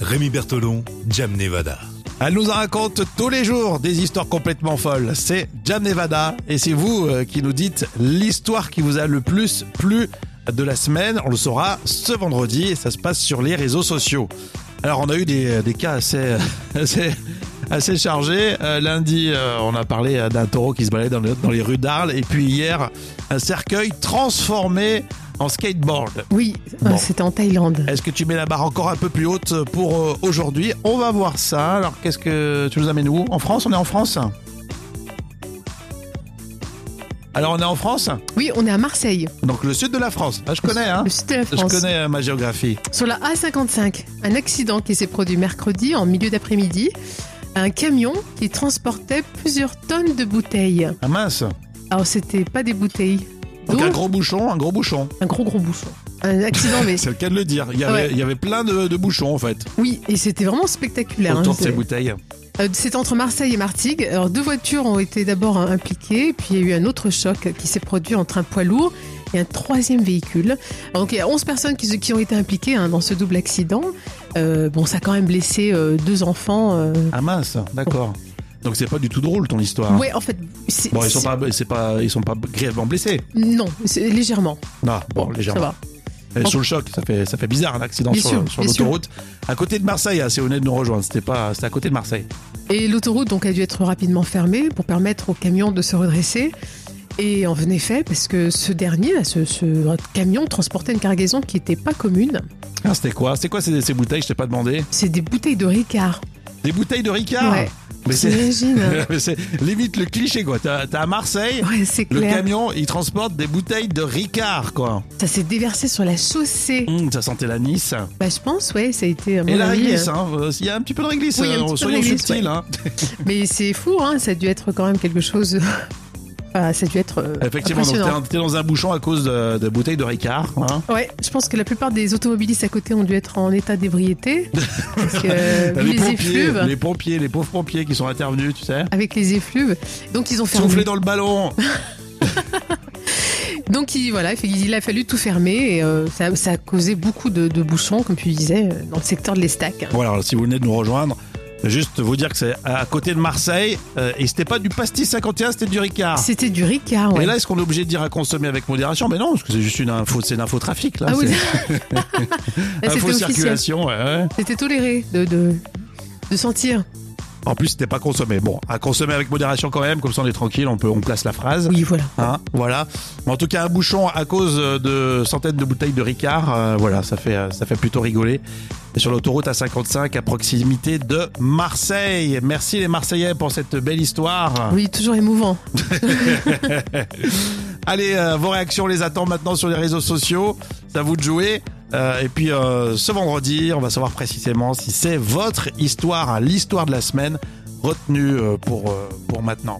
Rémi Bertolon, Jam Nevada. Elle nous en raconte tous les jours des histoires complètement folles. C'est Jam Nevada et c'est vous euh, qui nous dites l'histoire qui vous a le plus plu de la semaine. On le saura ce vendredi et ça se passe sur les réseaux sociaux. Alors on a eu des, des cas assez, assez, assez chargés. Euh, lundi, euh, on a parlé euh, d'un taureau qui se baladait dans, le- dans les rues d'Arles et puis hier, un cercueil transformé en skateboard. Oui, Bon. c'était en Thaïlande. Est-ce que tu mets la barre encore un peu plus haute pour euh, aujourd'hui On va voir ça. Alors, qu'est-ce que tu nous amènes où En France On est en France Alors, on est en France Oui, on est à Marseille, Donc, le sud de la France. Ah, je connais, hein le sud de la Je France. connais euh, ma géographie. Sur la A55, un accident qui s'est produit mercredi en milieu d'après-midi. Un camion qui transportait plusieurs tonnes de bouteilles. Ah mince Alors, c'était pas des bouteilles. Donc, d'eau, un gros bouchon, un gros bouchon. un gros, gros bouchon. Un accident, mais C'est le cas de le dire. Il y avait, Ouais. il y avait plein de, de bouchons, en fait, oui, et c'était vraiment spectaculaire. hein. autour de C'est- ces bouteilles. Euh, C'est entre Marseille et Martigues. Alors, deux voitures ont été d'abord euh, impliquées, puis il y a eu un autre choc qui s'est produit entre un poids lourd et un troisième véhicule. Alors, donc, il y a 11 personnes qui, se- qui ont été impliquées hein, dans ce double accident. Euh, bon, ça a quand même blessé euh, deux enfants. euh. Ah mince, d'accord. Donc, c'est pas du tout drôle, ton histoire. Ouais, en fait, c'est- Ah. Bon, ils sont c'est- pas, c'est pas, ils sont pas grièvement blessés. non, c'est légèrement. Non, bon, Ça Oh, légèrement. va. Et sur le choc, ça fait, ça fait bizarre un accident Bien sur, sûr, sur bien sûr. l'autoroute. À côté de Marseille, hein, c'est honnête de nous rejoindre. C'était pas, c'était à côté de Marseille. Et l'autoroute donc a dû être rapidement fermée pour permettre au camion de se redresser. Et en effet, parce que ce dernier, là, ce, ce camion transportait une cargaison qui n'était pas commune. Ah, c'était quoi C'était quoi ces, ces bouteilles Je t'ai pas demandé. C'est des bouteilles de Ricard. Des bouteilles de Ricard. Ouais. Mais c'est, T'imagines mais c'est limite le cliché quoi. T'as, t'as à Marseille. Ouais, c'est Le clair. camion, il transporte des bouteilles de Ricard, quoi. Ça s'est déversé sur la chaussée. Hum, ça sentait la Nice. Bah, je pense, ouais, ça a été. à Et mon la avis, réglisse, euh, hein. Euh, Il y a un petit peu de réglisse. Oui, il y a un euh, petit peu de soyons réglisse, subtils, hein. Mais c'est fou, hein, ça a dû être quand même quelque chose. euh, Ah, ça a dû être. euh, Effectivement, donc impressionnant. t'es, t'es dans un bouchon à cause de, de bouteilles de Ricard. hein. Ouais, je pense que la plupart des automobilistes à côté ont dû être en état d'ébriété. parce que, euh, vu les les pompiers, effluves. les pompiers, les pauvres pompiers qui sont intervenus, tu sais. Avec les effluves. Donc, ils ont fermé. Souffler dans le ballon. Donc, il, voilà, il a fallu tout fermer. Et euh, ça, ça a causé beaucoup de, de bouchons, comme tu disais, euh, dans le secteur de l'Estac. Voilà, alors, si vous venez de nous rejoindre, juste vous dire que c'est à côté de Marseille. euh, et c'était pas du pastis 51, c'était du Ricard. C'était du Ricard, ouais. Ah. Et là, est-ce qu'on est obligé de dire à consommer avec modération Mais non, parce que c'est juste une info, c'est une info trafic là. Ah oui, c'est Là, info c'était officiel. circulation. ouais, ouais. C'était toléré de, de, de sentir. En plus, c'était pas consommé. Bon, à consommer avec modération quand même, comme ça on est tranquille, on peut, on place la phrase. Oui, voilà. Hein, voilà. Mais en tout cas, un bouchon à cause de centaines de bouteilles de Ricard, euh, voilà, ça fait, euh, ça fait plutôt rigoler. Et sur l'autoroute A55 à proximité de Marseille. Merci les Marseillais pour cette belle histoire. Oui, toujours émouvant. Allez, euh, vos réactions, on les attend maintenant sur les réseaux sociaux. C'est à vous de jouer. Euh, et puis euh, ce vendredi, on va savoir précisément si c'est votre histoire, hein, l'histoire de la semaine retenue euh, pour, euh, pour maintenant.